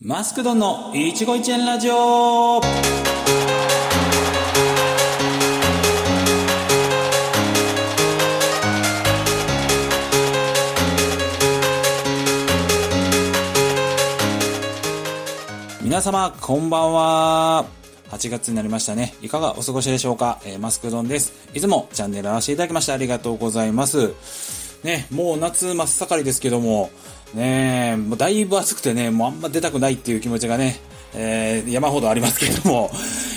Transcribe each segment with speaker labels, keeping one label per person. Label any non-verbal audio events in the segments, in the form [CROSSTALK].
Speaker 1: マスクドンのいちご一円ラジオ皆様、こんばんは。8月になりましたね。いかがお過ごしでしょうか、えーマスクドンです。いつもチャンネルをらせていただきましてありがとうございます。ね、もう夏真っ盛りですけども、ねえ、もうだいぶ暑くてね、もうあんま出たくないっていう気持ちがね、えー山ほどありますけども、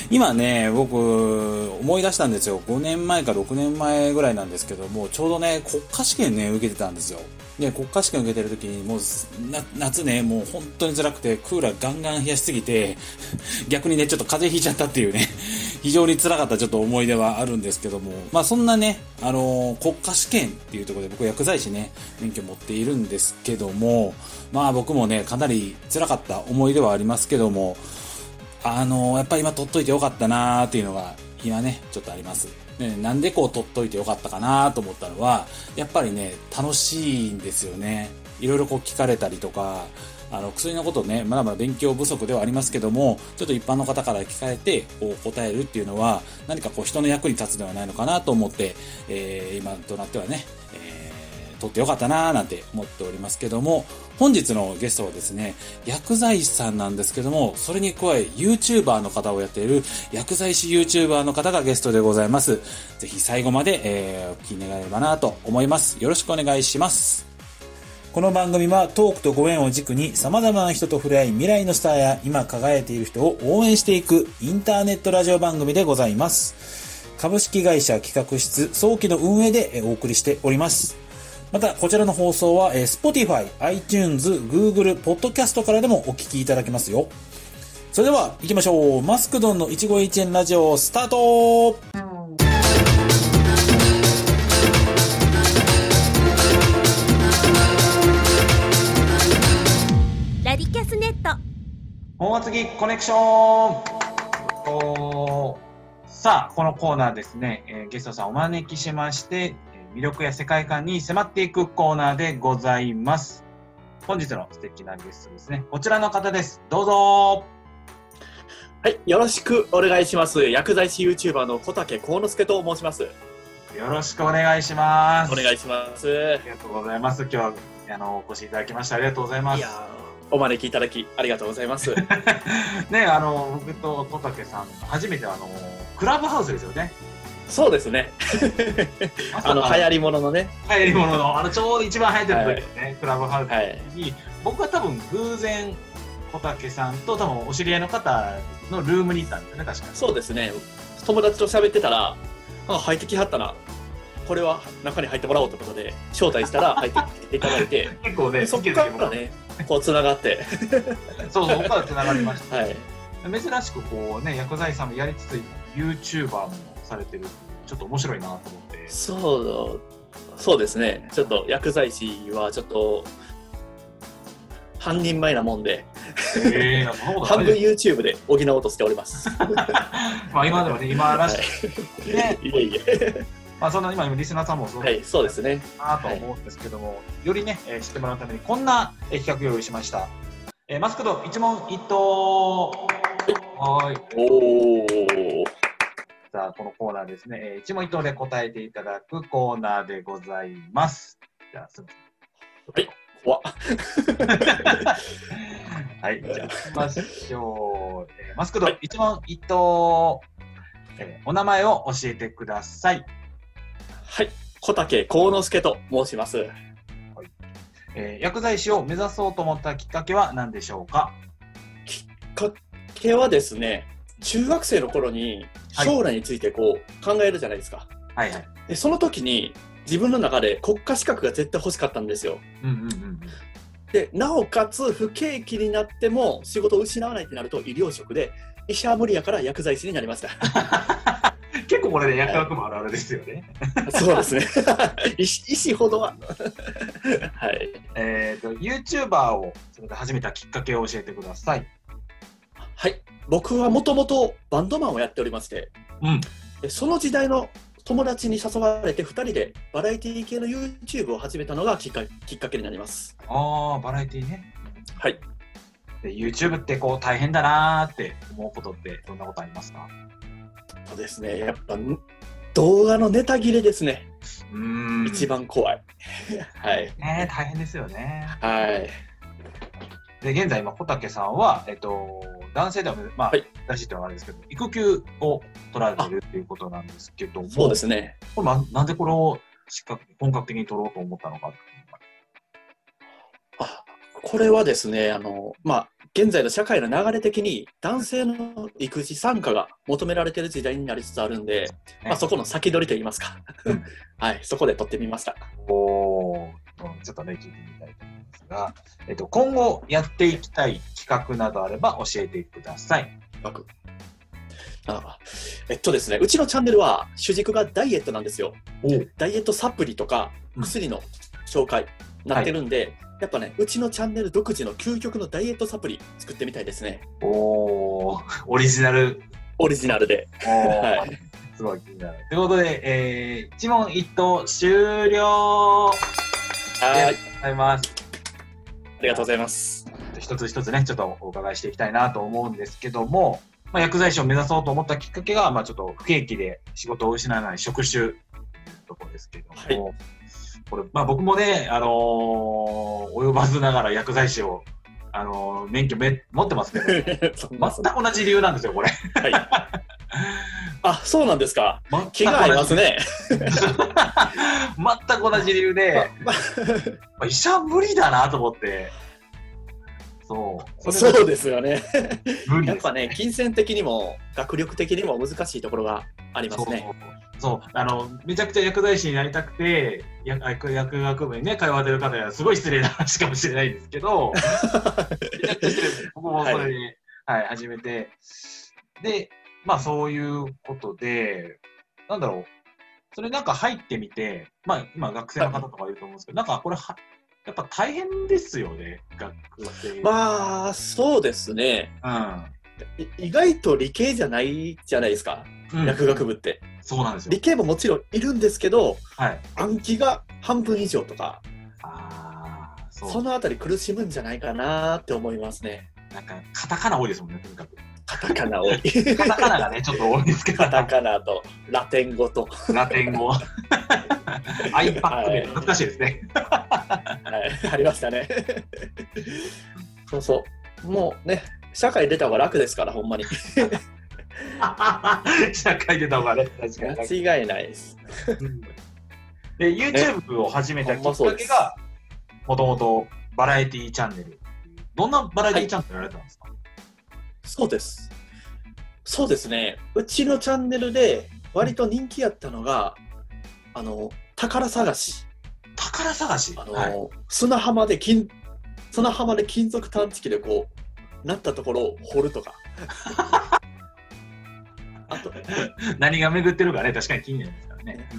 Speaker 1: 今ね、僕、思い出したんですよ。5年前か6年前ぐらいなんですけども、ちょうどね、国家試験ね、受けてたんですよ。で、国家試験受けてる時に、もうす、な夏ね、もう本当に辛くて、クーラーガンガン冷やしすぎて、 [LAUGHS] 逆にね、ちょっと風邪ひいちゃったっていうね、 [LAUGHS] 非常に辛かったちょっと思い出はあるんですけども、まあそんなね、あのー国家試験っていうところで僕薬剤師ね、免許持っているんですけども、まあ僕もね、かなり辛かった思い出はありますけども、あのーやっぱり今取っといてよかったなーっていうのが、今ね、ちょっとあります。ね、なんでこう取っといてよかったかなと思ったのは、やっぱりね、楽しいんですよね。いろいろこう聞かれたりとか、あの、薬のことね、まだまだ勉強不足ではありますけども、ちょっと一般の方から聞かれて、こう答えるっていうのは、何かこう人の役に立つではないのかなと思って、えー今となってはね、えー撮ってよかったなーなんて思っておりますけども、本日のゲストはですね、薬剤師さんなんですけども、それに加え YouTuber の方をやっている薬剤師 YouTuber の方がゲストでございます。ぜひ最後まで、えーお聞き願えればなと思います。よろしくお願いします。この番組はトークとご縁を軸に様々な人と触れ合い未来のスターや今輝いている人を応援していくインターネットラジオ番組でございます。株式会社企画室早期の運営でえーお送りしております。また、こちらの放送はえー Spotify、iTunes、Google、Podcast からでもお聞きいただけますよ。それでは行きましょう。マスクドンの一期一円ラジオスタート
Speaker 2: ラディキャスネット
Speaker 3: 本厚木コネクションおーさあ、このコーナーですね、えーゲストさんをお招きしまして、えー魅力や世界観に迫っていくコーナーでございます。本日の素敵なゲストですね、こちらの方です。どうぞ
Speaker 4: はい、よろしくお願いします。薬剤師 YouTuber の小竹幸之助と申します。
Speaker 3: よろしくお願いします。
Speaker 4: お願いします。い
Speaker 3: ありがとうございます。今日はあのお越しいただきましてありがとうございます。
Speaker 4: やー、お招きいただきありがとうございます。
Speaker 3: ね、あの、僕と小竹さん、初めてあの、クラブハウスですよね。
Speaker 4: そうですね。あ [LAUGHS] の、流行りもののね。
Speaker 3: 流行りものの、あの、ちょうど一番流行ってる時ですね、クラブハウス
Speaker 4: はい。
Speaker 3: に僕は多分偶然小竹さんと多分お知り合いの方のルームに行ったんですよね確かに
Speaker 4: そうですね。友達と喋ってたら、あ、入ってきはったな。これは中に入ってもらおうということで、招待したら入ってきていただいて、
Speaker 3: 結構ね
Speaker 4: そ
Speaker 3: 好
Speaker 4: っ
Speaker 3: きで
Speaker 4: か
Speaker 3: すけ
Speaker 4: ら [LAUGHS] ね、こう繋がって、
Speaker 3: そうそうここから繋がりました、
Speaker 4: はい。
Speaker 3: 珍しくこうね薬剤師さんもやりつつ YouTuber もされてるちょっと面白いなと思って
Speaker 4: そう、そうですね。ちょっと薬剤師はちょっと、半人前なもんで、
Speaker 3: ええそんなことな
Speaker 4: 半
Speaker 3: いで
Speaker 4: 分
Speaker 3: す
Speaker 4: YouTube で補おうとしております。
Speaker 3: まあ今でもね今らしく、
Speaker 4: い
Speaker 3: ね
Speaker 4: いえいえ。
Speaker 3: まあそんな今リスナーさんもそう
Speaker 4: はい、そうですね。
Speaker 3: なと思うんですけども、よりね、えー知ってもらうためにこんなえー企画用意しました、えーマスクド一問一答はーい
Speaker 4: おお。
Speaker 3: さあ、このコーナーですね、えー一問一答で答えていただくコーナーでございます。じゃあ、すみ
Speaker 4: 怖っ
Speaker 3: はい、じゃあ、行きましょう。えーマスクド、
Speaker 4: はい
Speaker 3: 一問一答、えーお名前を教えてください。
Speaker 4: はい、小竹幸之助と申します。
Speaker 3: えー薬剤師を目指そうと思ったきっかけは何でしょうか
Speaker 4: 竹はですね、中学生の頃に
Speaker 3: はい
Speaker 4: 将来についてこう考えるじゃないですか。
Speaker 3: はいはい。
Speaker 4: でその時に自分の中で国家資格が絶対欲しかったんですよ。
Speaker 3: うんうんうん
Speaker 4: で、なおかつ不景気になっても仕事を失わないってなると医療職で、医者は無理やから薬剤師になり
Speaker 3: [LAUGHS]
Speaker 4: ました。
Speaker 3: うん。結構これね、薬学もあるあるですよね。
Speaker 4: そうですね。 [LAUGHS] 医師医師ほどは。 [LAUGHS] はい。
Speaker 3: えっと、YouTuber をそれで始めたきっかけを教えてください。
Speaker 4: はい、僕はもともとバンドマンをやっておりまして、
Speaker 3: うん
Speaker 4: でその時代の友達に誘われて2人でバラエティ系の YouTube を始めたのがきっかきっかけになります。
Speaker 3: ああ、バラエティね。
Speaker 4: はい、
Speaker 3: で YouTube ってこう大変だなーって思うことってどんなことありますか
Speaker 4: そうですね、やっぱん動画のネタ切れですね、
Speaker 3: うーん
Speaker 4: 一番怖い。 [LAUGHS] はい。
Speaker 3: ね大変ですよね
Speaker 4: はい。
Speaker 3: で現在今小竹さんは、えっと、男性では、まあ
Speaker 4: はい
Speaker 3: らしいとはあれですけど育休を取られてるっていうことなんですけども
Speaker 4: そうですね。
Speaker 3: これななんでこれをしっかり本格的に取ろうと思ったのかっていうのが
Speaker 4: あこれはですね、あの、まあ、現在の社会の流れ的に男性の育児参加が求められている時代になりつつあるんで、まあ、そこの先取りといいますか
Speaker 3: うん、
Speaker 4: [LAUGHS] はい、そこで取ってみました。
Speaker 3: こううんちょっとね聞いてみたいと思いますが、えっと、今後やっていきたい企画などあれば教えてください。
Speaker 4: 枠あえっとですね、うちのチャンネルは主軸がダイエットなんですよ。ダイエットサプリとか
Speaker 3: うん
Speaker 4: 薬の紹介なってるんで、やっぱね、うちのチャンネル独自の究極のダイエットサプリ作ってみたいですね。
Speaker 3: おおーオリジナル
Speaker 4: オリジナルで。
Speaker 3: おー
Speaker 4: は
Speaker 3: すごい気になる。ということで、えー一問一答終了
Speaker 4: はい、
Speaker 3: ありがとうございます。
Speaker 4: ありがとうございます。
Speaker 3: 一つ一つね、ちょっとお伺いしていきたいなと思うんですけども、まあ、薬剤師を目指そうと思ったきっかけが、まあ、ちょっと不景気で仕事を失わない職種というところですけども、
Speaker 4: は
Speaker 3: これ、まあ、僕もね、あのー及ばずながら薬剤師を、あのー免許め持って
Speaker 4: [LAUGHS]
Speaker 3: ますけど、全
Speaker 4: そんなそんな
Speaker 3: く同じ理由なんですよ、これ。
Speaker 4: はい、あそうなんですか。気
Speaker 3: 全く同
Speaker 4: が合い
Speaker 3: じ
Speaker 4: ますね。
Speaker 3: [LAUGHS] 全く同じ理由で、まあ、医者は無理だなと思って、そう、
Speaker 4: そうです
Speaker 3: [LAUGHS]
Speaker 4: よね。
Speaker 3: 無理
Speaker 4: や
Speaker 3: で
Speaker 4: っ
Speaker 3: す
Speaker 4: ぱね、金銭的にも学力的にも難しいところがありますね。
Speaker 3: そうそうあのめちゃくちゃ薬剤師になりたくて薬薬薬学部にね通われてる方にはすごい失礼な [LAUGHS] 話かもしれないんですけ [LAUGHS] どめちゃくちゃ失礼です僕もそれで、はい始めてでまあそういうことでなんだろうそれなんか入ってみてまあ今学生の方とかいると思うんですけど、なんかこれはやっぱ大変ですよね学生
Speaker 4: まあ、そうですね。
Speaker 3: あ、
Speaker 4: い意外と理系じゃないじゃないですか、
Speaker 3: うん、
Speaker 4: 薬学部って。
Speaker 3: そうなんですよ
Speaker 4: 理系ももちろんいるんですけど、
Speaker 3: はい
Speaker 4: 暗記が半分以上とか、
Speaker 3: ああそう
Speaker 4: そのあたり苦しむんじゃないかなって思いますね。
Speaker 3: なんかカタカナ多いですもんねとにかく
Speaker 4: カタカナ多い。
Speaker 3: カタカナがね、ちょっと多いですけど、
Speaker 4: カタカナとラテン語と。
Speaker 3: ラテン語。iPad で懐かしいですね。
Speaker 4: はい、ありまし
Speaker 3: [LAUGHS]
Speaker 4: たね。そうそう。もうね、社会出た方が楽ですから、ほんまに。
Speaker 3: 社会出た方がね、確かに。
Speaker 4: 間違いないです。
Speaker 3: で、YouTube を始めたきっかけが、もともとバラエティチャンネル。どんなバラエティチャンネルやられたんですか、
Speaker 4: そうです。そうですね。うちのチャンネルで割と人気やったのが、あの、宝探し。
Speaker 3: 宝探し。
Speaker 4: あの、
Speaker 3: はい
Speaker 4: 砂浜で金、砂浜で金属探知機でこう、なったところを掘る
Speaker 3: [LAUGHS]
Speaker 4: とか。あと、
Speaker 3: 何が巡ってるかね、確かに気になりますからね。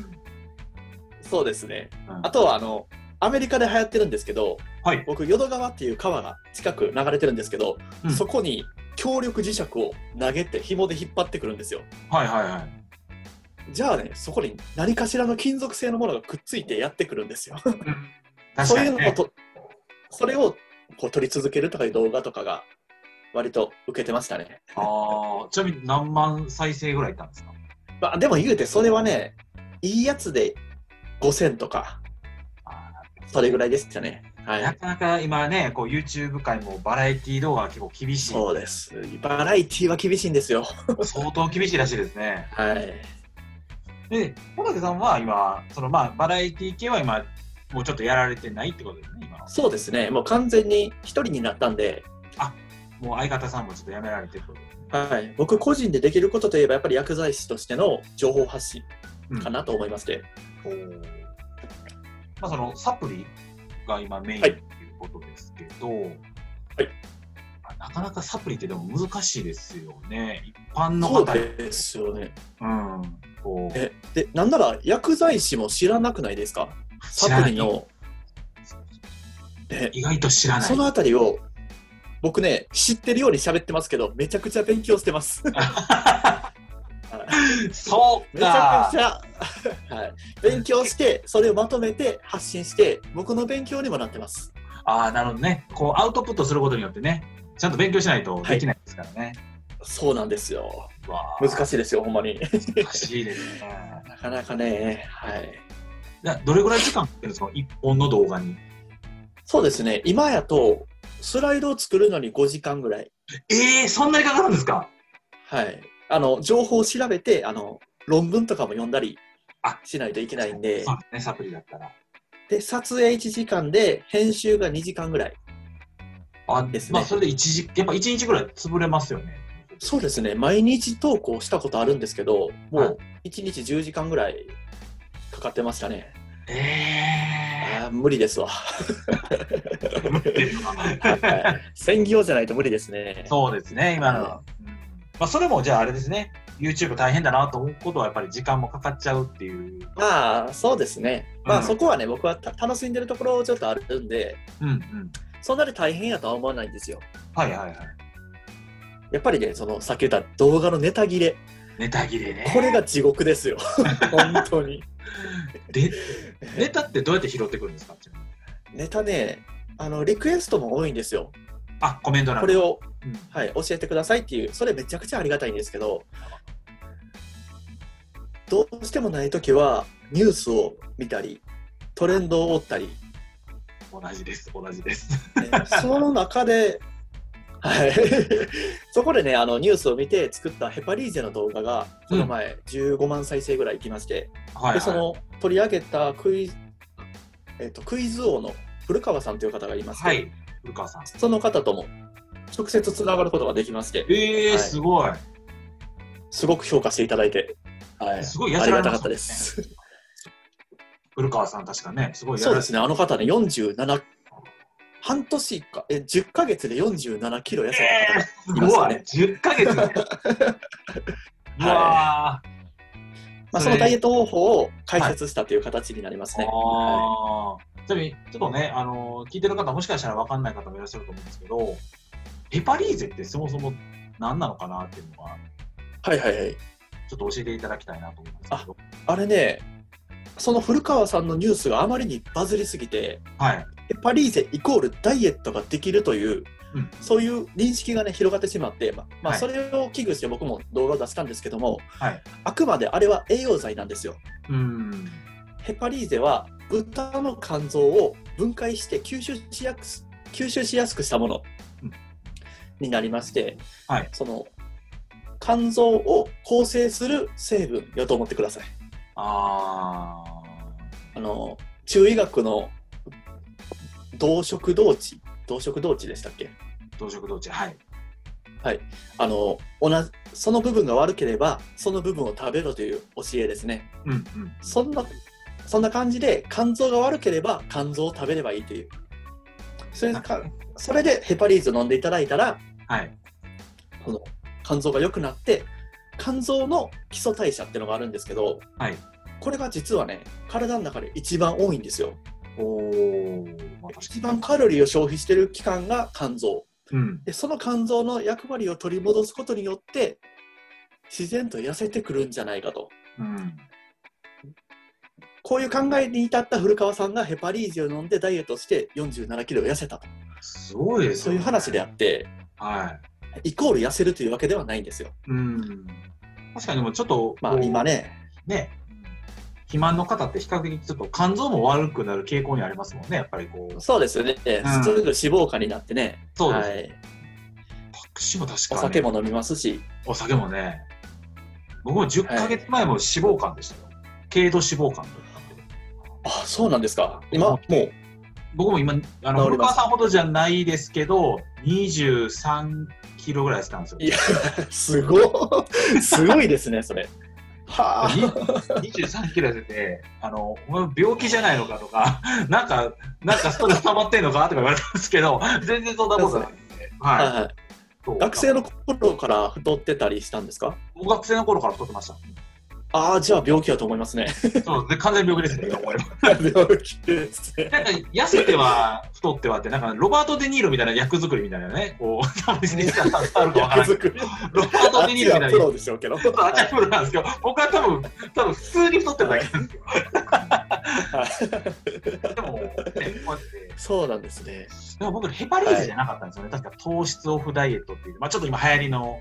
Speaker 4: そうですね。
Speaker 3: うんうん
Speaker 4: あとは、あの、アメリカで流行ってるんですけど、
Speaker 3: はい。
Speaker 4: 僕、淀川っていう川が近く流れてるんですけど、
Speaker 3: うん
Speaker 4: そこに強力磁石を投げて、紐で引っ張ってくるんですよ。
Speaker 3: はいはいはい。
Speaker 4: じゃあね、そこに何かしらの金属製のものがくっついてやってくるんですよ。
Speaker 3: うん確
Speaker 4: そう
Speaker 3: か
Speaker 4: いう
Speaker 3: に
Speaker 4: のを
Speaker 3: ね。
Speaker 4: と、それをこう撮り続けるとかいう動画とかが、割と受けてましたね。
Speaker 3: あーちなみに何万再生ぐらいいったんですか
Speaker 4: まあ、でも言うて、それはね、いいやつで5000とか、
Speaker 3: あー
Speaker 4: それぐらいでしたね。は。
Speaker 3: ないかなか今ね、こう YouTube 界もバラエティ動画が結構厳しい。
Speaker 4: そうです。バラエティは厳しいんですよ。
Speaker 3: 相当厳しいらしいですね。
Speaker 4: はい。
Speaker 3: で、小竹さんは今、そのまあバラエティ系は今、もうちょっとやられてないってことですね、今は。
Speaker 4: そうですね、もう完全に一人になったんで、
Speaker 3: もう相方さんもちょっとやめられてることですね。
Speaker 4: はい、僕個人でできることといえば、やっぱり薬剤師としての情報発信
Speaker 3: うん
Speaker 4: かなと思いまして、
Speaker 3: おーまあそのサプリが今メインと
Speaker 4: はい
Speaker 3: いうことですけど、
Speaker 4: い
Speaker 3: なかなかサプリってでも難しいですよね。一般の
Speaker 4: そう
Speaker 3: 方に。
Speaker 4: ですよね。
Speaker 3: うん。こう、
Speaker 4: えで、なんなら薬剤師も知らなくないですか、サプリ
Speaker 3: 知らない
Speaker 4: の。ね
Speaker 3: 意外と知らない。
Speaker 4: そのあたりを僕ね、知ってるように喋ってますけど、めちゃくちゃ勉強してます。はい
Speaker 3: そう
Speaker 4: めち
Speaker 3: か
Speaker 4: ゃくち。ゃ、 [LAUGHS] はい、勉強して、それをまとめて発信して、僕の勉強にもなってます。
Speaker 3: ああ、なるほどね。こう、アウトプットすることによってね、ちゃんと勉強しないとできないですからね。
Speaker 4: そうなんですよ。
Speaker 3: わあ
Speaker 4: 難しいですよ、ほんまに。
Speaker 3: 難しいですね。
Speaker 4: なかなかね、はい。
Speaker 3: いやどれぐらい時間かけるんですか、一本の動画に。
Speaker 4: そうですね、今やと、スライドを作るのに5時間ぐらい。
Speaker 3: ええそんなにかかるんですか
Speaker 4: はい。あの、情報を調べて、あの、論文とかも読んだり
Speaker 3: あ
Speaker 4: しないといけないんで
Speaker 3: そ、うですね、サプリだったら。
Speaker 4: で、撮影1時間で、編集が2時間ぐらい。
Speaker 3: あ
Speaker 4: ですね
Speaker 3: まあ、それで一時、やっぱ一日ぐらい潰れますよね。
Speaker 4: そうですね、毎日投稿したことあるんですけど、も
Speaker 3: はいう
Speaker 4: 1日10時間ぐらいかかってましたね。
Speaker 3: え
Speaker 4: あー無理 [LAUGHS] ですわ。
Speaker 3: え
Speaker 4: [LAUGHS] はい専業じゃないと無理ですね。
Speaker 3: そうですね、今の。
Speaker 4: は
Speaker 3: うんまあ、それもじゃああれですね、YouTube 大変だなと思うことはやっぱり時間もかかっちゃうっていう。
Speaker 4: まあ、そうですね。まあ、
Speaker 3: うん
Speaker 4: そこはね、僕はた楽しんでるところちょっとあるんで、
Speaker 3: うんうん。
Speaker 4: そんなに大変やとは思わないんですよ。
Speaker 3: はいはいはい。
Speaker 4: やっぱりね、その、さっき言った動画のネタ切れ、
Speaker 3: ネタ切れね。
Speaker 4: これが地獄ですよ。本当に。
Speaker 3: で、ネタってどうやって拾ってくるんですかちなみに
Speaker 4: ネタね、あの、リクエストも多いんですよ。
Speaker 3: あ、コメント欄
Speaker 4: これ
Speaker 3: を。
Speaker 4: を、
Speaker 3: うん
Speaker 4: はい、教えてくださいっていう、それめちゃくちゃありがたいんですけど、どうしてもないときは、ニュースを見たり、トレンドを追ったり、
Speaker 3: 同じです、同じです。
Speaker 4: ねその中で、はい、そこでねあのニュースを見て作ったヘパリーゼの動画がこの前15万再生ぐらいいきまして、
Speaker 3: はい、はい。
Speaker 4: でその取り上げたクイ,、えっとクイズ王の古川さんという方がいますけど、
Speaker 3: はい、古川さん。
Speaker 4: その方とも直接つながることができまして
Speaker 3: ええ
Speaker 4: はい
Speaker 3: すごい。
Speaker 4: すごく評価していただいて、はい、
Speaker 3: すごい痩
Speaker 4: あ
Speaker 3: せ
Speaker 4: り
Speaker 3: ら
Speaker 4: が
Speaker 3: れ
Speaker 4: た
Speaker 3: まし
Speaker 4: かったた
Speaker 3: ね
Speaker 4: です。
Speaker 3: 古川さん、確かね、すごいや
Speaker 4: そう
Speaker 3: ら
Speaker 4: で
Speaker 3: れ
Speaker 4: すねあの方ね47半年かえ10ヶ月で47キロ痩せた方が
Speaker 3: す
Speaker 4: います
Speaker 3: ご
Speaker 4: よ
Speaker 3: い
Speaker 4: ね。
Speaker 3: 10ヶ月で。う
Speaker 4: [LAUGHS]
Speaker 3: わー
Speaker 4: まあ、
Speaker 3: そ
Speaker 4: そ
Speaker 3: れ
Speaker 4: のダイエット方法を解説したという形になりますね。は
Speaker 3: あーちなみに、ちょっとね、あのー聞いてる方、もしかしたら分かんない方もいらっしゃると思うんですけど、ヘパリーゼってそもそも何なのかなっていうのは、
Speaker 4: い、はい、はいはい。
Speaker 3: ちょっと教えていただきたいなと思うんですけど、
Speaker 4: あれね、その古川さんのニュースがあまりにバズりすぎて、
Speaker 3: はい。
Speaker 4: ヘパリーゼイコールダイエットができるという、
Speaker 3: うん
Speaker 4: そういう認識がね、広がってしまって、まあまあ
Speaker 3: はい
Speaker 4: それを危惧して僕も動画を出したんですけども、
Speaker 3: はい
Speaker 4: あくまであれは栄養剤なんですよ。
Speaker 3: うん。
Speaker 4: ヘパリーゼは豚の肝臓を分解して吸収しやす吸収しやすくしたもの
Speaker 3: うん
Speaker 4: になりまして、
Speaker 3: はい
Speaker 4: その肝臓を構成する成分やと思ってください。
Speaker 3: あ
Speaker 4: あの中医学の動食動地動食動地でしたっけ
Speaker 3: ー、同食同地、はい。
Speaker 4: あの同じその部分が悪ければその部分を食べろという教えですね
Speaker 3: うんうん。
Speaker 4: そんなそんな感じで肝臓が悪ければ肝臓を食べればいいというそれかそれでヘパリーズ飲んでいただいたら
Speaker 3: はい。
Speaker 4: その肝臓が良くなって肝臓の基礎代謝っていうのがあるんですけど、
Speaker 3: はい
Speaker 4: これが実はね体の中で一番多いんですよ
Speaker 3: おー、まあ、
Speaker 4: 一
Speaker 3: 確か
Speaker 4: 番カロリーを消費してる器官が肝臓
Speaker 3: に。うん。
Speaker 4: でその肝臓の役割を取り戻すことによって自然と痩せてくるんじゃないかと
Speaker 3: うん。
Speaker 4: こういう考えに至った古川さんがヘパリーゼを飲んでダイエットして4 7キロ痩せたと
Speaker 3: すごいです
Speaker 4: そ
Speaker 3: よ
Speaker 4: うい
Speaker 3: ね
Speaker 4: う話であって
Speaker 3: はい。
Speaker 4: イコール痩せるというわけではないんですよ
Speaker 3: うん。確かにでもうちょっと、
Speaker 4: ま
Speaker 3: こ
Speaker 4: あ
Speaker 3: う
Speaker 4: 今ね
Speaker 3: ね、肥満の方って比較的ちょっと肝臓も悪くなる傾向にありますもんね、やっぱりこう。
Speaker 4: そうですよね、
Speaker 3: ん
Speaker 4: すぐ脂肪肝になってね
Speaker 3: そうです。
Speaker 4: はい、
Speaker 3: 私も確か
Speaker 4: お
Speaker 3: に、
Speaker 4: 酒も飲みますし
Speaker 3: お酒もね。僕も10ヶ月前も脂肪肝でしたよ。軽度脂肪肝とかって
Speaker 4: あそうなんですか今もう [LAUGHS]
Speaker 3: 僕も今、あの、
Speaker 4: 治り
Speaker 3: 古川
Speaker 4: ます
Speaker 3: さんほどじゃないですけど、23キロぐらいしてたんですよ。
Speaker 4: いやすごいすごいですねそれはあ
Speaker 3: 23キロ痩せて、あの、お前病気じゃないのかとか、 [LAUGHS] なんか、なんかストレス溜まってんのかとか言われたんですけど、全然そんなことないんで。
Speaker 4: はい
Speaker 3: は
Speaker 4: はい
Speaker 3: い。
Speaker 4: 学生の頃から太ってたりしたんですか
Speaker 3: 僕学生の頃から太ってました。
Speaker 4: ああ、じゃあ病気だと思いますね。
Speaker 3: そうで完全に病気ですね、 [LAUGHS] 今思えば
Speaker 4: [LAUGHS] 病気ですね。
Speaker 3: なんか、痩せては太ってはって、なんか、ロバート・デ・ニーロみたいな役作りみたいなね、こう、 [LAUGHS] 多分実際伝わるかわからない。
Speaker 4: 作り。
Speaker 3: ロバート・デ・ニーロみたいな
Speaker 4: プロでしょう
Speaker 3: [LAUGHS]
Speaker 4: けど。
Speaker 3: ちょっとあちゃプロなんですけど、僕は多分、多分普通に太ってるだけなんですよ。でも、ね、こうやって、
Speaker 4: そうなんですね。
Speaker 3: でも僕、ヘパリーゼじゃなかったんですよね。確か糖質オフダイエットっていう、まあちょっと今流行りの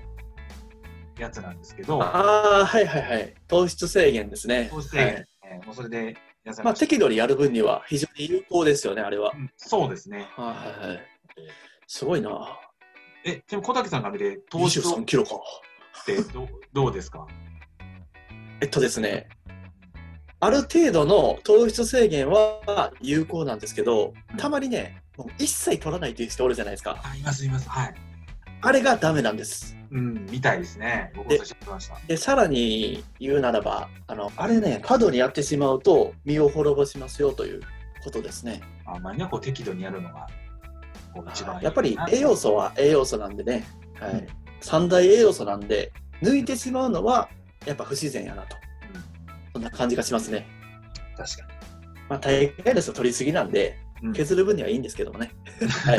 Speaker 3: やつなんですけど、
Speaker 4: ああ、はいはいはい。糖質制限ですね。
Speaker 3: 糖質制限、
Speaker 4: はい
Speaker 3: えーもうそれで痩せ
Speaker 4: まあ、
Speaker 3: ました。
Speaker 4: 適度にやる分には非常に有効ですよね、あれは。
Speaker 3: うんそうですね。
Speaker 4: はいはいはい。すごいな。
Speaker 3: え、ちなみに小竹さんから見て、糖質オフ
Speaker 4: 23キロか。
Speaker 3: ってどうどうですか
Speaker 4: えっとですね、ある程度の糖質制限は有効なんですけど、たまにね、もう一切取らないという人おるじゃないですか。
Speaker 3: あ、いますいます。はい。
Speaker 4: あれがダメなんです。
Speaker 3: うん、みたいですね。僕もそうしてました。
Speaker 4: で、さらに言うならば、あの、あれね、過度にやってしまうと身を滅ぼしますよということですね。
Speaker 3: あんまりね、こう適度にやるのが、こう一番いいかな
Speaker 4: やっぱり栄養素は栄養素なんでね、はい、三大栄養素なんで、抜いてしまうのはやっぱ不自然やなと、
Speaker 3: うん
Speaker 4: そんな感じがしますね。
Speaker 3: 確か
Speaker 4: まあ、大概ですよ、取りすぎなんで、
Speaker 3: に。うん
Speaker 4: 削る分にはいいんですけどもね。
Speaker 3: [LAUGHS]
Speaker 4: はい、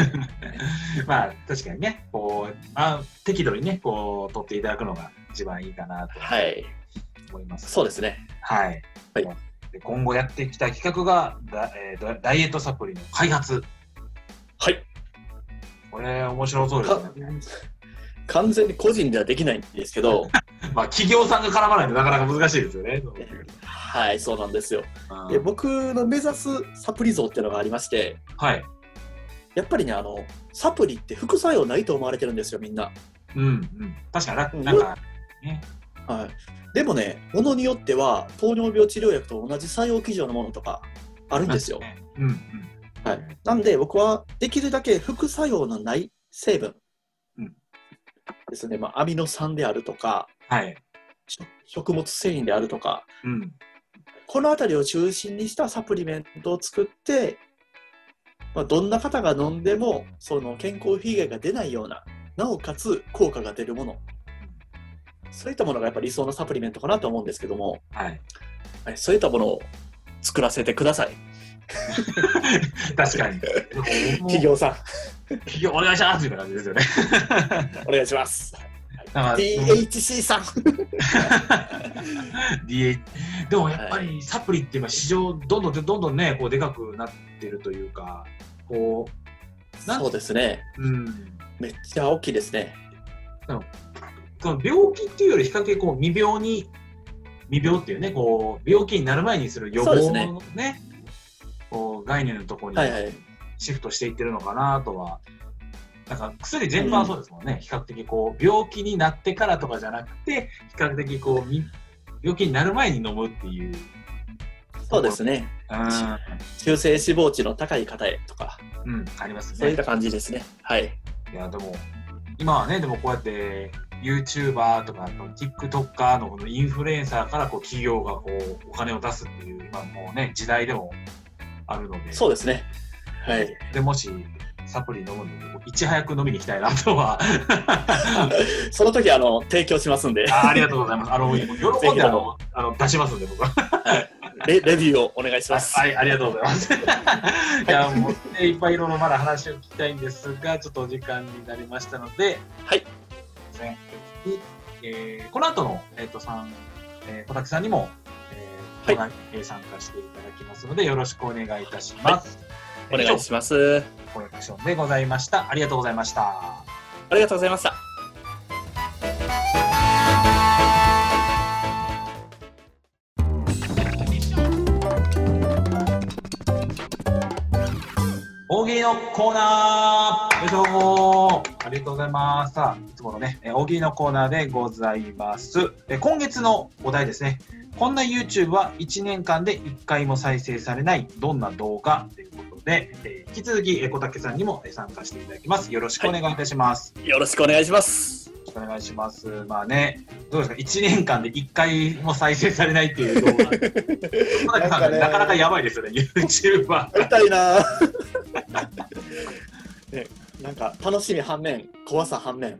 Speaker 3: まあ確かにね、こうあ適度にね、こう取っていただくのが一番いいかなと
Speaker 4: はい、
Speaker 3: 思います。
Speaker 4: そうですね。
Speaker 3: はい。
Speaker 4: はい
Speaker 3: で今後やっていきたい企画がダ,、えーダダイエットサプリの開発。
Speaker 4: はい、
Speaker 3: これ面白そうですね。
Speaker 4: 完全に個人ではできないんですけど、
Speaker 3: まあ企業さんが絡まないとなかなか難しいですよね。そういう
Speaker 4: はい、そうなんですよ。
Speaker 3: うん
Speaker 4: で、僕の目指すサプリ像っていうのがありまして、
Speaker 3: はい。
Speaker 4: やっぱりね、あの、サプリって副作用ないと思われてるんですよ、みんな。
Speaker 3: うんうん。確か
Speaker 4: う
Speaker 3: に
Speaker 4: ん
Speaker 3: ななんかね。
Speaker 4: はい、でもね、ものによっては糖尿病治療薬と同じ作用基準のものとかあるんですよ。
Speaker 3: うんうん。
Speaker 4: はい、なんで僕はできるだけ副作用のない成分
Speaker 3: うん
Speaker 4: ですね、まあ、アミノ酸であるとか
Speaker 3: はい。
Speaker 4: し食物繊維であるとか
Speaker 3: うん。
Speaker 4: この辺りを中心にしたサプリメントを作って、まあ、どんな方が飲んでもその健康被害が出ないようななおかつ効果が出るものそういったものがやっぱ理想のサプリメントかなと思うんですけども。
Speaker 3: はい。
Speaker 4: はいそういったものを作らせてください、
Speaker 3: 確
Speaker 4: [LAUGHS]
Speaker 3: かに。
Speaker 4: 企業さん、
Speaker 3: 企業お願いしますみたいな感じですよね。
Speaker 4: お願いします。
Speaker 3: だから
Speaker 4: DHC さん、
Speaker 3: DH でもやっぱりサプリって今市場どんどんどんどんねこうでかくなってるというかこなん
Speaker 4: そうですね、
Speaker 3: ううん
Speaker 4: めっちゃ大きいですね。
Speaker 3: その病気っていうより比較的こう未病に未病っていうねこう病気になる前にする予防
Speaker 4: そうです
Speaker 3: の
Speaker 4: ね
Speaker 3: ねこう概念のところに
Speaker 4: はいはい、
Speaker 3: シフトしていってるのかなとは、なんか薬全般そうですもんね、比較的こう病気になってからとかじゃなくて比較的こうみ病気になる前に飲むっていう。
Speaker 4: そうですね、
Speaker 3: うん
Speaker 4: 中性脂肪値の高い方へとか、
Speaker 3: うん、あります
Speaker 4: そういっ
Speaker 3: ね
Speaker 4: た。感じですね。はい、
Speaker 3: いや、でも、今はね、でもこうやって、YouTuber とか、あの TikToker のこのインフルエンサーからこう企業がこうお金を出すっていう、今もうね、時代でもあるので、
Speaker 4: そうですね。はい、
Speaker 3: でもし、サプリ飲むので、いち早く飲みに行きたいなとは、
Speaker 4: その時あの提供しますん
Speaker 3: [LAUGHS]
Speaker 4: で、
Speaker 3: あありがとうござい [LAUGHS] ます。あの、喜んであのあの出しますんで、僕は。
Speaker 4: レレビューをお願いします。
Speaker 3: はい、ありがとうございま
Speaker 4: [LAUGHS]
Speaker 3: す。いや、もう、ね、いっぱいいろいろまだ話を聞きたいんですが、ちょっとお時間になりましたので、
Speaker 4: はい。
Speaker 3: 前回に、えーこの後の、えっ、と、さん、えー、小竹さんにも、えー
Speaker 4: は
Speaker 3: えー参加していただきますので、よろしくお願いいたします。
Speaker 4: お願いします。
Speaker 3: コレクションでございました。ありがとうございました。
Speaker 4: ありがとうございました。
Speaker 3: 大喜利のコーナーよいしょーありがとうございます。さあ、いつものね、えー大喜利のコーナーでございます。えー今月のお題ですね。こんな YouTube は1年間で1回も再生されない、どんな動画ということで、えー引き続き、えー小竹さんにもえー参加していただきます。よろしくお願いいたします。
Speaker 4: よろしくお願いします。
Speaker 3: よろしくお願いします。まあね、どうですか、1年間で1回も再生されないっていう動
Speaker 4: [LAUGHS]
Speaker 3: 画。小竹さん、
Speaker 4: なんかね
Speaker 3: なかなかやばいですよね、YouTuber。
Speaker 4: やりたいなぁ [LAUGHS] ね、なんか楽しみ反面怖さ反面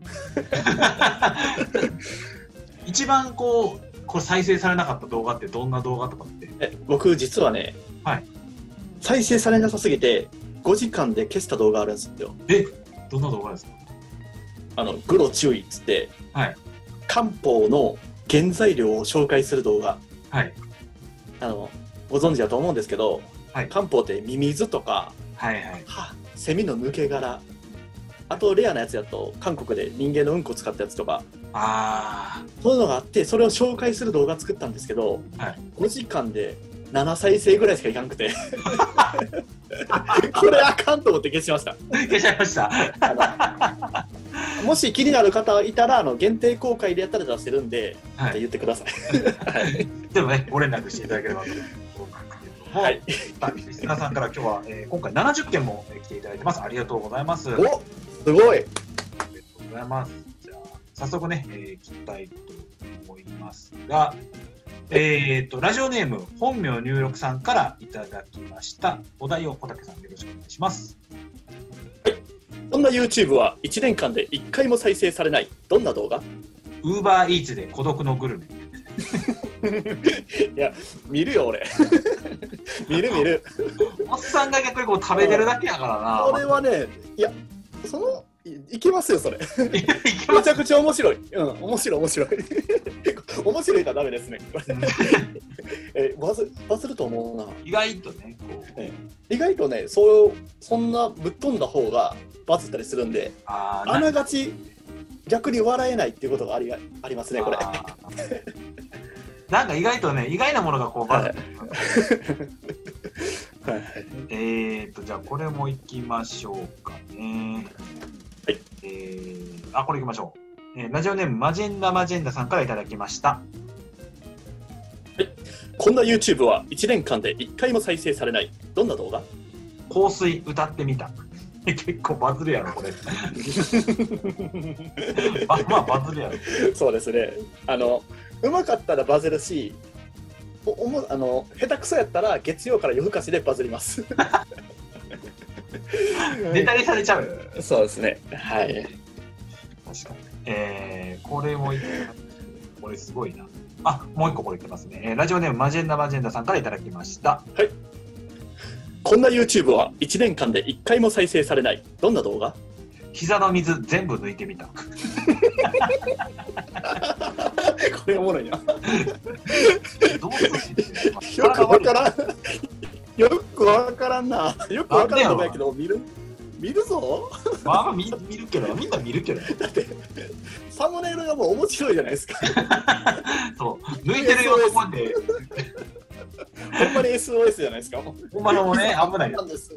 Speaker 3: 一番こうこれ再生されなかった動画ってどんな動画とかって。
Speaker 4: え僕実はね、
Speaker 3: はい
Speaker 4: 再生されなさすぎて5時間で消した動画あるんですよ
Speaker 3: え、どんな動画ですか
Speaker 4: あのグロ注意っつって、
Speaker 3: はい
Speaker 4: 漢方の原材料を紹介する動画
Speaker 3: はい。
Speaker 4: あのご存知だと思うんですけど、
Speaker 3: はい
Speaker 4: 漢方ってミミズとか
Speaker 3: はいはい。
Speaker 4: はセミの抜け殻あとレアなやつだと韓国で人間のうんこ使ったやつとか
Speaker 3: あ
Speaker 4: そういうのがあってそれを紹介する動画作ったんですけど、
Speaker 3: はい
Speaker 4: 5時間で7再生ぐらいしかいかなくて [LAUGHS] これあかんと思って消しました
Speaker 3: ー。 [LAUGHS] 消しちゃいました。
Speaker 4: もし気になる方いたらあの限定公開でやったら出せるんで、
Speaker 3: は
Speaker 4: って
Speaker 3: い。
Speaker 4: 言ってください
Speaker 3: でもね、ご連絡していただければと思うんですけれども。
Speaker 4: はい
Speaker 3: まあリスナーさんから今日は、えー今回70件もえー来ていただいてます。ありがとうございます。ありがと
Speaker 4: おすごいう
Speaker 3: ございます。じゃあ、早速ね、えー、聞きたいと思いますが、えっ、と、ラジオネーム、本名入力さんからいただきました。お題を小竹さん、よろしくお願いします。
Speaker 4: そんな YouTube は1年間で1回も再生されないどんな動画
Speaker 3: ウーバーイーツで孤独のグルメ。
Speaker 4: 見るよ [LAUGHS] 俺見る見る
Speaker 3: おっさんが逆にこう食べてるだけやからな。
Speaker 4: これはねいやそのいいけますよそれ
Speaker 3: いやいけま
Speaker 4: め
Speaker 3: す
Speaker 4: ちゃくちゃ面白い。うん、面白い、面白い。 [LAUGHS] 面白いとはダメですね。えバズバズると思うな。
Speaker 3: [LAUGHS] 意外とね、こう。
Speaker 4: 意外とね、そうそんなぶっ飛んだ方がバズったりするんで、
Speaker 3: あー
Speaker 4: あながち逆に笑えないっていうことがありありますね、これ。
Speaker 3: あー [LAUGHS] なんか意外とね、意外なものがこうバズってる
Speaker 4: はい
Speaker 3: えーと、じゃあこれもいきましょうかね。
Speaker 4: はい。
Speaker 3: えー、あ、これいきましょう。えーラジオネーム、マジェンダマジェンダさんからいただきました。
Speaker 4: こんな YouTube は1年間で1回も再生されない。どんな動画
Speaker 3: 香水歌ってみた。 [LAUGHS] 結構バズるやろ、こ
Speaker 4: [LAUGHS]
Speaker 3: れ。あまあ、バズるやろ。
Speaker 4: そうですね。あの、うまかったらバズるし、おおもあの下手くそやったら月曜から夜更かしでバズり [LAUGHS] ます。
Speaker 3: ネタにされちゃうよ。
Speaker 4: そうですね。はい。
Speaker 3: 確かに。えー、これもいけますこれすごいな。あ、もう一個これいきますね。えーラジオネームマジェンダマジェンダさんからいただきました。
Speaker 4: こんな YouTube は1年間で1回も再生されない。どんな動画
Speaker 3: 膝の水全部抜いてみた。
Speaker 4: これおもろいな。
Speaker 3: どうする
Speaker 4: [LAUGHS] よくわからん。よくわからんな。よくわからん動画やけど、見る見るぞ。
Speaker 3: まあまあ見見るけど、みんな見るけど。
Speaker 4: サムネイルがもう面白いじゃないですか。
Speaker 3: そう、抜いてるようなもんで、
Speaker 4: ほんまに SOS じゃないですか。もう
Speaker 3: ほんまのもね、危ない
Speaker 4: なんです。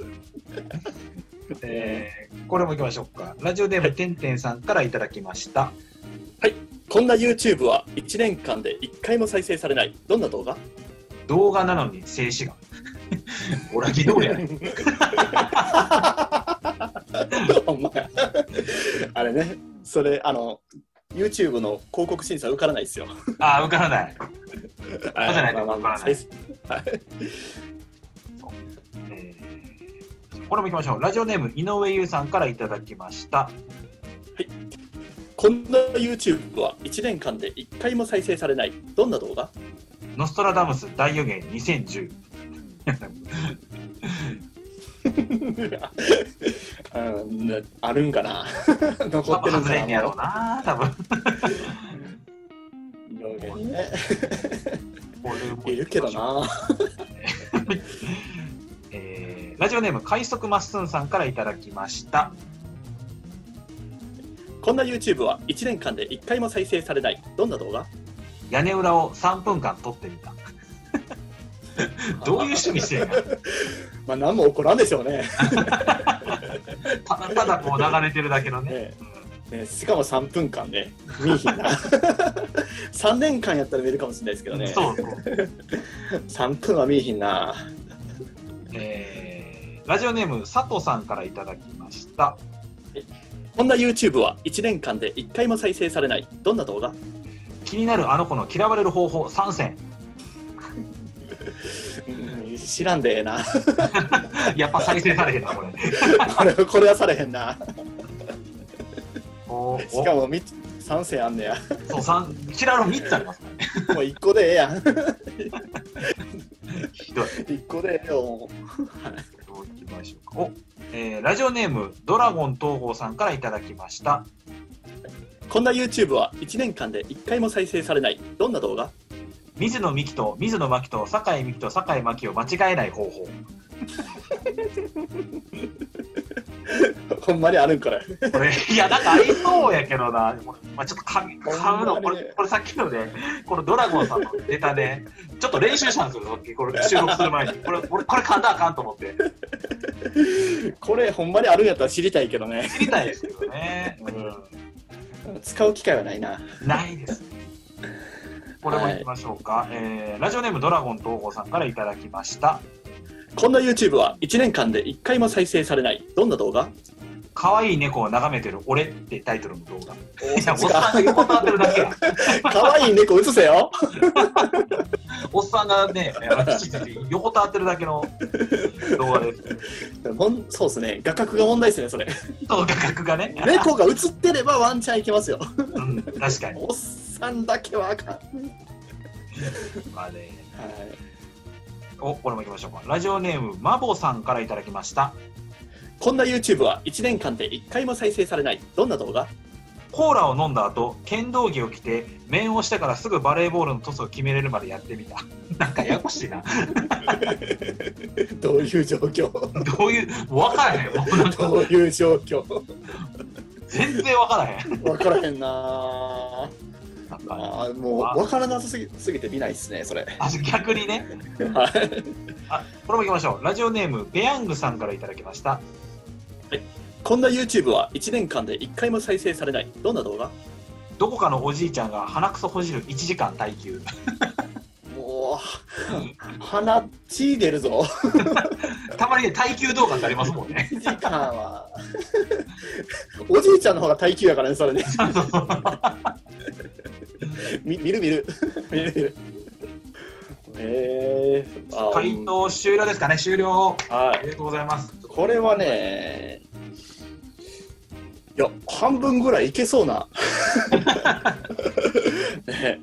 Speaker 3: えーこれもいきましょうか。ラジオネームてんてんさんからいただきました。
Speaker 4: こんな YouTube は1年間で1回も再生されない。どんな動 [LAUGHS] 画
Speaker 3: 動画なのに静止画。 [LAUGHS] オラギドーやね。
Speaker 4: お前あれね、それ、あの、YouTube の広告審査受からないですよ。
Speaker 3: ああ、わからない。
Speaker 4: はい
Speaker 3: じゃないと
Speaker 4: まあまあ
Speaker 3: 受からない
Speaker 4: 再生はい
Speaker 3: えーこれもいきましょう。ラジオネーム井上優さんからいただきました。
Speaker 4: こんな YouTube は1年間で1回も再生されない。どんな動画
Speaker 3: ノストラダムス大予言2010。
Speaker 4: うんなあるんかな [LAUGHS] 残
Speaker 3: 多
Speaker 4: っ
Speaker 3: 分
Speaker 4: てる
Speaker 3: 外
Speaker 4: んか
Speaker 3: れんねやろう
Speaker 4: な
Speaker 3: な、多分。
Speaker 4: いろいろね
Speaker 3: これも
Speaker 4: いるけどな。
Speaker 3: えーラジオネーム快速マッスンさんからいただきました。
Speaker 4: こんな YouTube は1年間で1回も再生されない。どんな動画
Speaker 3: 屋根裏を3分間撮ってみた。どういう趣味してんの
Speaker 4: まあ何も起こらんでしょうね。
Speaker 3: ただただこう流れてるだけのね。
Speaker 4: ねねしかも3分間ね。見えひんな。3年間やったら見るかもしれないですけどね。
Speaker 3: そうそう、
Speaker 4: 3分は見えひんな。
Speaker 3: えーラジオネーム佐藤さんからいただきました。
Speaker 4: こんな YouTube は1年間で1回も再生されない。どんな動画
Speaker 3: 気になるあの子の嫌われる方法3選。
Speaker 4: うん知らんでええな。
Speaker 3: やっぱ再生されへんな、これ。
Speaker 4: これ [LAUGHS] これはされへんな。
Speaker 3: おお
Speaker 4: しかも3世あんねや。
Speaker 3: そう、三、キラロ三つありますからね。
Speaker 4: もう一個でええ [LAUGHS] やん。
Speaker 3: ひどい。
Speaker 4: 一個でええよ。も
Speaker 3: どういきましょうか。お、えーラジオネーム、ドラゴン東郷さんからいただきました。
Speaker 4: うこんな YouTube は1年間で1回も再生されない。どんな動画
Speaker 3: 水野美紀と水野真紀と酒井美紀と酒井真紀を間違えない方法。
Speaker 4: ほんまにあるんから。
Speaker 3: これ、いや、なんかありそうやけどな。でもまあ、ちょっとか買う
Speaker 4: ほ
Speaker 3: の、
Speaker 4: んま
Speaker 3: こ
Speaker 4: にね
Speaker 3: れ、これさっきのね、このドラゴンさんのネタね、ちょっと練習したんですよ、さっき、これ収録する前に。これ、俺、これ噛んだらあかんと思って。
Speaker 4: これほんまにあるんやったら知りたいけどね。
Speaker 3: 知りたいですけどね。う
Speaker 4: 使う機会はないな。
Speaker 3: ん。ないです。これもいきましょうか、えーラジオネームドラゴン東郷さんからいただきました。
Speaker 4: こんな YouTube は1年間で1回も再生されない。どんな動画
Speaker 3: 可愛い猫を眺めてる俺ってタイトルの動画。いや、おっさん
Speaker 4: か
Speaker 3: が断ってるだけや。
Speaker 4: わいい猫映せよ。
Speaker 3: [LAUGHS] おっさんがね、あのきちきち横たわってるだけの動画です。
Speaker 4: ほんそうですね。画角が問題ですね、それ。
Speaker 3: と画角がね、
Speaker 4: 猫が映ってればワンチャンいけますよ。
Speaker 3: うん、確かに。
Speaker 4: おっさんだけはあかん。は
Speaker 3: まあね、
Speaker 4: い
Speaker 3: お、これもいきましょうか。ラジオネーム、マボさんからいただきました。
Speaker 4: こんな YouTube は1年間で1回も再生されない。どんな動画
Speaker 3: コーラを飲んだ後、剣道着を着て、面をしてからすぐバレーボールのトスを決めれるまでやってみた。なんかややこしいな。
Speaker 4: どういう状況 [LAUGHS]
Speaker 3: どういう、もう分からへん。もうなんか
Speaker 4: どういう状況
Speaker 3: 全然分からへん。
Speaker 4: わからへんな
Speaker 3: なん
Speaker 4: あ
Speaker 3: か、
Speaker 4: ーもうわからなさすぎすぎて見ないですね、それ。
Speaker 3: あ逆にね、
Speaker 4: はい
Speaker 3: あ、これもいきましょう。ラジオネーム、ペヤングさんからいただきました。
Speaker 4: こんな YouTube は1年間で1回も再生されない。どんな動画
Speaker 3: どこかのおじいちゃんが鼻くそほじる1時間耐久。
Speaker 4: もう、鼻血出るぞ。 [LAUGHS]
Speaker 3: たまにね、耐久動画ってありますもんね。
Speaker 4: 1時間は。 [LAUGHS] おじいちゃんの方が耐久やからね、 [LAUGHS] それね。み見る見る。見る見る。 [LAUGHS] えー、あー
Speaker 3: 回答終了ですかね、終了。
Speaker 4: はい
Speaker 3: あ。りがとうございます。
Speaker 4: これはね、いや、半分ぐらいいけそ
Speaker 3: [LAUGHS]
Speaker 4: うな。ね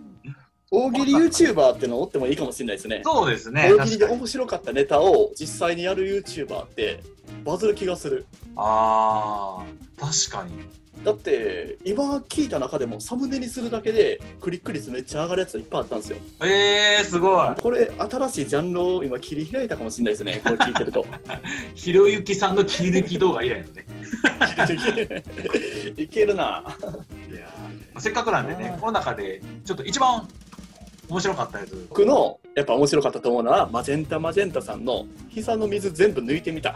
Speaker 4: 大喜利 YouTuber ってのおってもいいかもしれないですね。
Speaker 3: そうですね、
Speaker 4: 大
Speaker 3: 確
Speaker 4: 喜利で
Speaker 3: かに。
Speaker 4: 面白かったネタを実際にやる YouTuber ってバズる気がする。
Speaker 3: あー、確かに。
Speaker 4: だって、今聞いた中でもサムネにするだけでクリック率めっちゃ上がるやついっぱいあったんですよ。
Speaker 3: えー、すごい。
Speaker 4: これ、新しいジャンルを今切り開いたかもしれないですね、これ聞いてる
Speaker 3: [LAUGHS]
Speaker 4: と。
Speaker 3: ひろゆきさんの切り抜き動画以来のね。
Speaker 4: いけるな。
Speaker 3: いやーせっかくなんでね
Speaker 4: あ、ー
Speaker 3: この中で、ちょっと一番面白かったやつ。
Speaker 4: 僕のやっぱ面白かったと思うのはマジェンタマジェンタさんの膝の水全部抜いてみた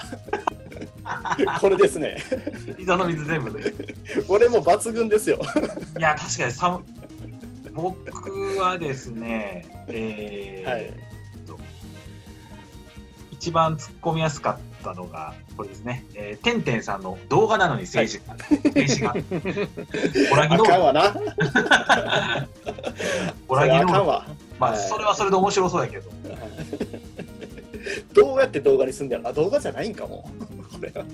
Speaker 4: [LAUGHS] これですね
Speaker 3: 膝の水全部で。い
Speaker 4: これも抜群ですよ
Speaker 3: や、確かにさ、僕はですね、えー
Speaker 4: はい
Speaker 3: 一番突っ込みやすかったのが、これですね、えー、てんてんさんの動画なのに政治家、政治家、オラギ
Speaker 4: あ
Speaker 3: 動
Speaker 4: かん
Speaker 3: 画、
Speaker 4: わな
Speaker 3: オ
Speaker 4: そ
Speaker 3: ラ
Speaker 4: れ
Speaker 3: ギ
Speaker 4: あ
Speaker 3: 動
Speaker 4: か
Speaker 3: 画
Speaker 4: ん、わ
Speaker 3: まあ、
Speaker 4: はい
Speaker 3: それはそれで面白そうやけど、
Speaker 4: どうやって動画にすんだよあ動画じゃないんかもこれは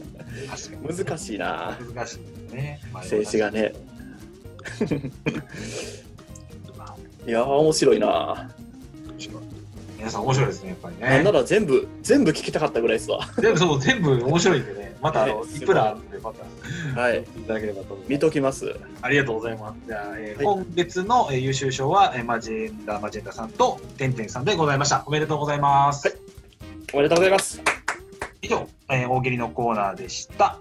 Speaker 3: 確か
Speaker 4: 難しいな
Speaker 3: に難しいですね、まあ
Speaker 4: 静止がね。
Speaker 3: まあ
Speaker 4: いやー面白いな、
Speaker 3: 面白い皆さん面白いですね、やっぱり
Speaker 4: なん
Speaker 3: ね。
Speaker 4: なら全部全部聞きたかったぐらいですわ
Speaker 3: 全部、そう、全部面白いんでね、また、あの、
Speaker 4: ね
Speaker 3: いくらあるんで、また、
Speaker 4: はい
Speaker 3: いただければと思います
Speaker 4: 見。ときます
Speaker 3: ありがとうございます。じゃあ、えー
Speaker 4: はい
Speaker 3: 今月の、えー優秀賞は、えーマジェンダマジェンダさんとてんてんさんでございました。おめでとうございます。
Speaker 4: はいおめでとうございます
Speaker 3: 以上、えー大喜利のコーナーでした。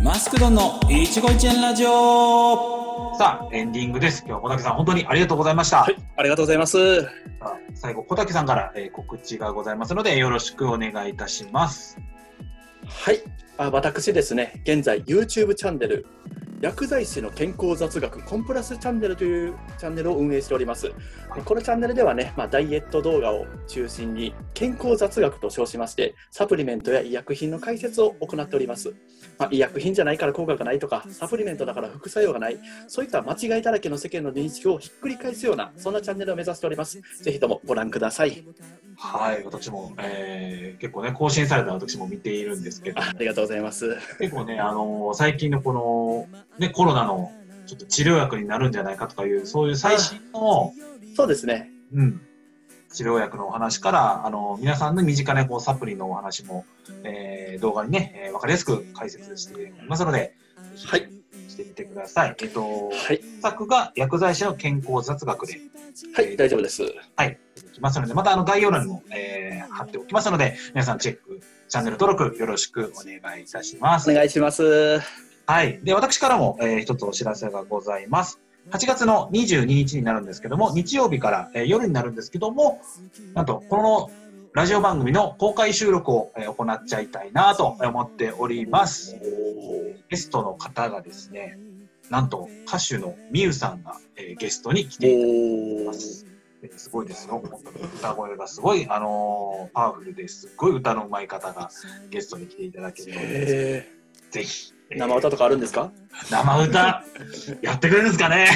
Speaker 1: マスクドンのいちご一円ラジオ
Speaker 3: さあ、エンディングです。今日は小竹さん、本当にありがとうございました。
Speaker 4: はいありがとうございます
Speaker 3: さあ最後、小竹さんから、えー告知がございますので、よろしくお願いいたします。
Speaker 4: はい、あ私ですね、現在 YouTube チャンネル、薬剤師の健康雑学コンプラスチャンネルというチャンネルを運営しております。このチャンネルではね、まあ、ダイエット動画を中心に健康雑学と称しまして、サプリメントや医薬品の解説を行っております。まあ、医薬品じゃないから効果がないとか、サプリメントだから副作用がない、そういった間違いだらけの世間の認識をひっくり返すような、そんなチャンネルを目指しております。ぜひともご覧ください。
Speaker 3: はい、私も、えー結構ね、更新された私も見ているんですけど、
Speaker 4: あありがとうございます。
Speaker 3: 結構ね、あのー最近のこの、ね、コロナのちょっと治療薬になるんじゃないかとかいう、そういう最新の、
Speaker 4: そうですね。
Speaker 3: うん、治療薬のお話から、あのー皆さんの身近なこうサプリのお話も、えー動画にね、えーわかりやすく解説しておりますので、
Speaker 4: はい。
Speaker 3: してみてください。えっと、
Speaker 4: はい。
Speaker 3: 原作が薬剤師の健康雑学で
Speaker 4: はい、大丈夫です。
Speaker 3: できますので、またあの概要欄にも、えー貼っておきますので、皆さんチェック、チャンネル登録よろしくお願いいたしま
Speaker 4: お
Speaker 3: す。
Speaker 4: 願いします。
Speaker 3: はい。で、私からも、えー一つお知らせがございます。8月の22日になるんですけども、日曜日から、えー夜になるんですけども、なんと、このラジオ番組の公開収録を、えー行っちゃいたいなと思っております。ゲストの方がですね、なんと歌手のみゆさんが、えーゲストに来ていただきます
Speaker 4: お
Speaker 3: ます。すごいですよ。歌声がすごい、あのーパワフルですごい歌のうまい方がゲストに来ていただけるので、
Speaker 4: へ
Speaker 3: ぜひ。
Speaker 4: ー生歌とかあるんですか
Speaker 3: 生歌、やってくれるんですかね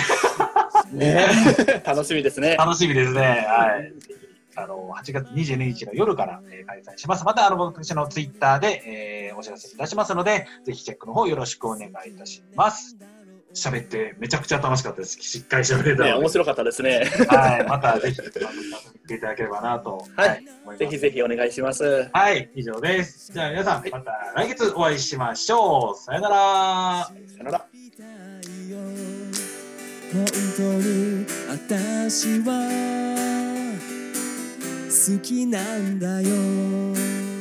Speaker 4: ね楽しみですね。
Speaker 3: 楽しみですね。はい。ぜひあのー8月22日の夜から、えー開催します。また、あの、私のツイッターで、えーお知らせいたしますので、ぜひチェックの方よろしくお願いいたします。喋ってめちゃくちゃ楽しかったです。しっかり喋れた
Speaker 4: ね、
Speaker 3: ので
Speaker 4: 面白かったですね。
Speaker 3: はい。またぜひ、あの遊びに来ていただければなと、
Speaker 4: はい
Speaker 3: 思います
Speaker 4: ぜひぜひお願いします。
Speaker 3: はい、以上です。じゃあ皆さん、また来月お会いしましょう。さよなら。
Speaker 4: さよなら。
Speaker 5: 本当に私は好きなんだよ